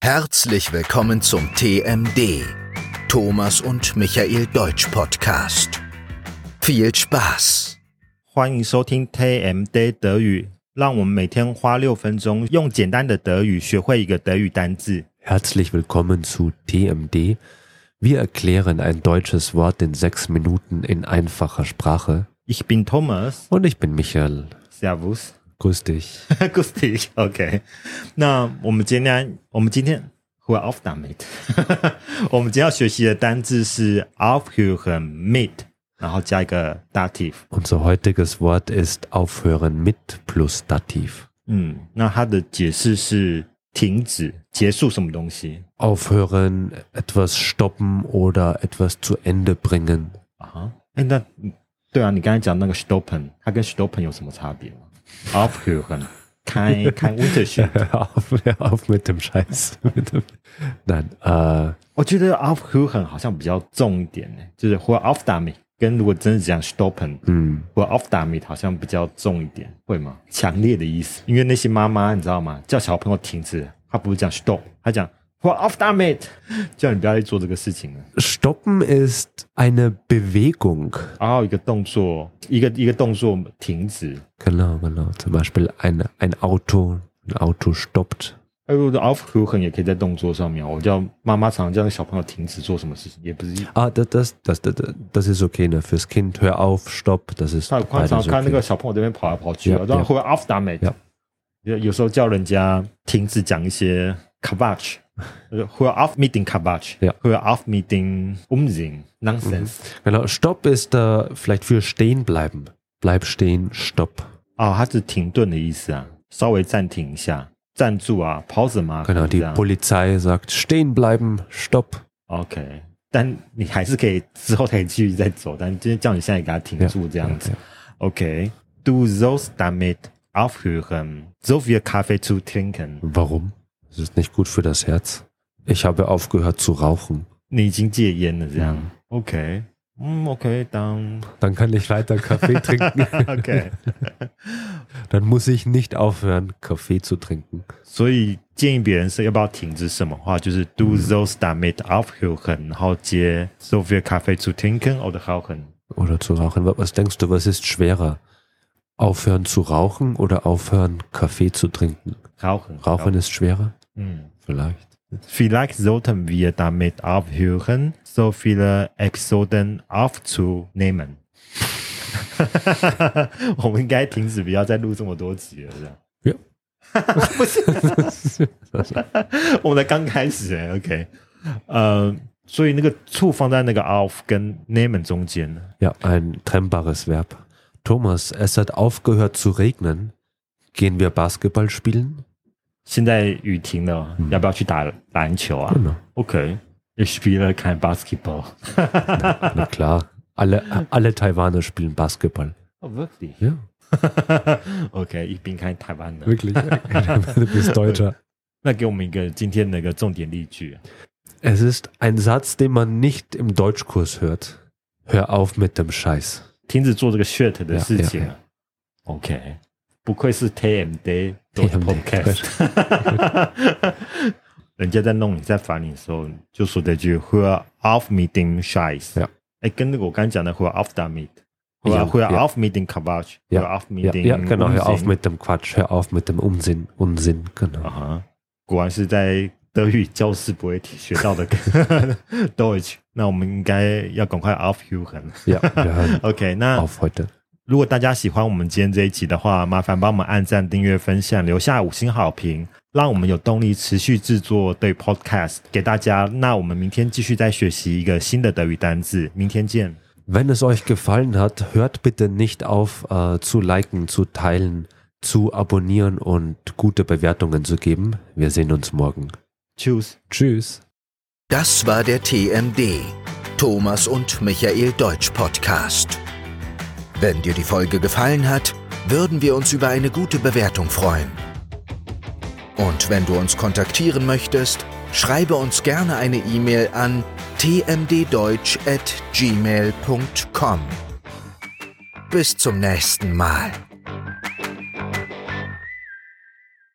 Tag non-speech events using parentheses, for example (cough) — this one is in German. Herzlich willkommen zum TMD, Thomas und Michael Deutsch Podcast. Viel Spaß! 欢迎收听 TMD 德语，让我们每天花六分钟，用简单的德语学会一个德语单字。 Herzlich willkommen zu TMD. Wir erklären ein deutsches Wort in sechs Minuten in einfacher Sprache. Ich bin Thomas. Und ich bin Michael. Servus. (laughs) Grüß dich. Gut, ich OK。那我们今天，我们今天 Who are off damit？我们今天要学习的单字是 aufhören mit，然后加一个 dative。 (laughs) Unser heutiges Wort ist aufhören mit plus Dativ. 嗯，那它的解释是停止、结束什么东西 Aufhören, etwas stoppen oder etwas zu Ende bringen. 啊哈？哎，那对啊，你刚才讲那个 stoppen，它跟 stoppen 有什么差别吗？aufhören 开开 Unterschied。 Hör (laughs) auf, hör auf mit dem Scheiß. (laughs) Mit dem- Nein, äh, 我觉得 aufhören 好像比较重一点呢，就是或 off damit 跟如果真的讲 stoppen。 hm, 我 off damit 好像比较重一点，会吗？强烈的意思，因为那些妈妈你知道吗？叫小朋友停止，她不是讲 stop，她讲我 off damit，叫你 (laughs) 不要去做这个事情了。 stoppen ist eine Bewegung. 然后一个动作，一个一个动作停止。 Genau, genau. Zum Beispiel ein, ein Auto, ein Auto stoppt. 哎，我的 off h o r e n 也可以在动作上面，我叫妈妈常常叫那小朋友停止做什么事情，也不是。 Ah, das, das, das, das, das ist okay, ne? Fürs Kind, hör auf, stopp, das ist 她常 beides 常看那个 okay. 小朋友这边跑来跑去啊， Yeah, 然后会 off damit， Yeah. 有有时候叫人家停止讲一些 k a b a c h 会 off meeting k a b a c h Yeah. 会 off meeting umsing nonsense。 Genau, stopp ist da vielleicht für stehen bleiben. Bleib stehen, stopp. 哦，它是停顿的意思啊，稍微暂停一下，暂住啊，pause 嘛， Genau, 这 die 样。 Polizei sagt stehen bleiben, stopp. OK，但你还是可以之后可以继续再走，但今天叫你现在给它停 Ja, 住这 ja, 样子 ja.。 OK，du sollst damit aufhören, so viel Kaffee zu trinken。 Warum? Es ist nicht gut für das Herz. Ich habe aufgehört zu rauchen. 你已经戒烟了，这样。OK，嗯，OK，当 Dann kann ich weiter Kaffee trinken. OK， Dann muss ich nicht aufhören, Kaffee zu trinken. 所以建议别人是要不要停止什么话，就是 do those damit aufhören，然后接 so viel Kaffee zu trinken oder rauchen。 Oder zu rauchen. Wa- Was denkst du, was ist schwerer? Aufhören zu rauchen oder aufhören, Kaffee zu trinken? Rauchen. Rauchen ist schwerer? Mhm. Vielleicht. Vielleicht sollten wir damit aufhören, so viele Episoden aufzunehmen. (laughs) 我们应该停止，不要再录这么多集了。这样 (laughs) Ja. 不是，我们才刚开始哎、OK，呃，所以那个醋放在那个 off 跟 nehmen 中间， Ja, ein trennbares Verb. Thomas, es hat aufgehört zu regnen. Gehen wir Basketball spielen? 现在雨停了，要不要去打篮球啊 Genau. ？OK，ich ah. spiele kein Basketball。 Na klar. Alle, alle Taiwaner spielen Basketball. Oh, wirklich? Ja, (laughs) OK，ich bin kein Taiwaner。 wirklich. Du bist Deutscher. 那给我们一个今天的一个重点例句。啊 Es ist ein Satz, den man nicht im Deutschkurs hört. Hör auf mit dem Scheiß. 停止做这个 shit 的事情对啊。OK，不愧是 TMD 做的 TMD podcast，人 (laughs) 家在弄你在烦你的时候，就说这句 “Who off meeting shies”。 Yeah 哎，跟那个我刚讲的 “Who off that meet”。 Yeah, Who are yeah. off meeting coverage? Ja, Who off Ja, meeting? ja, genau. Hör auf Unsinn. mit dem Quatsch. Hör auf mit dem Unsinn. Unsinn, 啊 genau. 哈，果然是在德语教室不会学到的 (laughs) Deutsch。那我们应该要赶快 off you 很。 Ja, wir (laughs) hören OK，那 auf heute. 如果大家喜欢我们今天这一集的话，麻烦帮我们按赞、订阅、分享，留下五星好评，让我们有动力持续制作对 Podcast 给大家。那我们明天继续再学习一个新的德语单字，明天见。 Wenn es euch gefallen hat, hört bitte nicht auf äh, zu liken, zu teilen, zu abonnieren und gute Bewertungen zu geben. Wir sehen uns morgen. Choose。 Tschüss. Das war der TMD, Thomas und Michael Deutsch Podcast. Wenn dir die Folge gefallen hat, würden wir uns über eine gute Bewertung freuen. Und wenn du uns kontaktieren möchtest, schreibe uns gerne eine E-Mail an tmddeutsch.gmail.com. Bis zum nächsten Mal.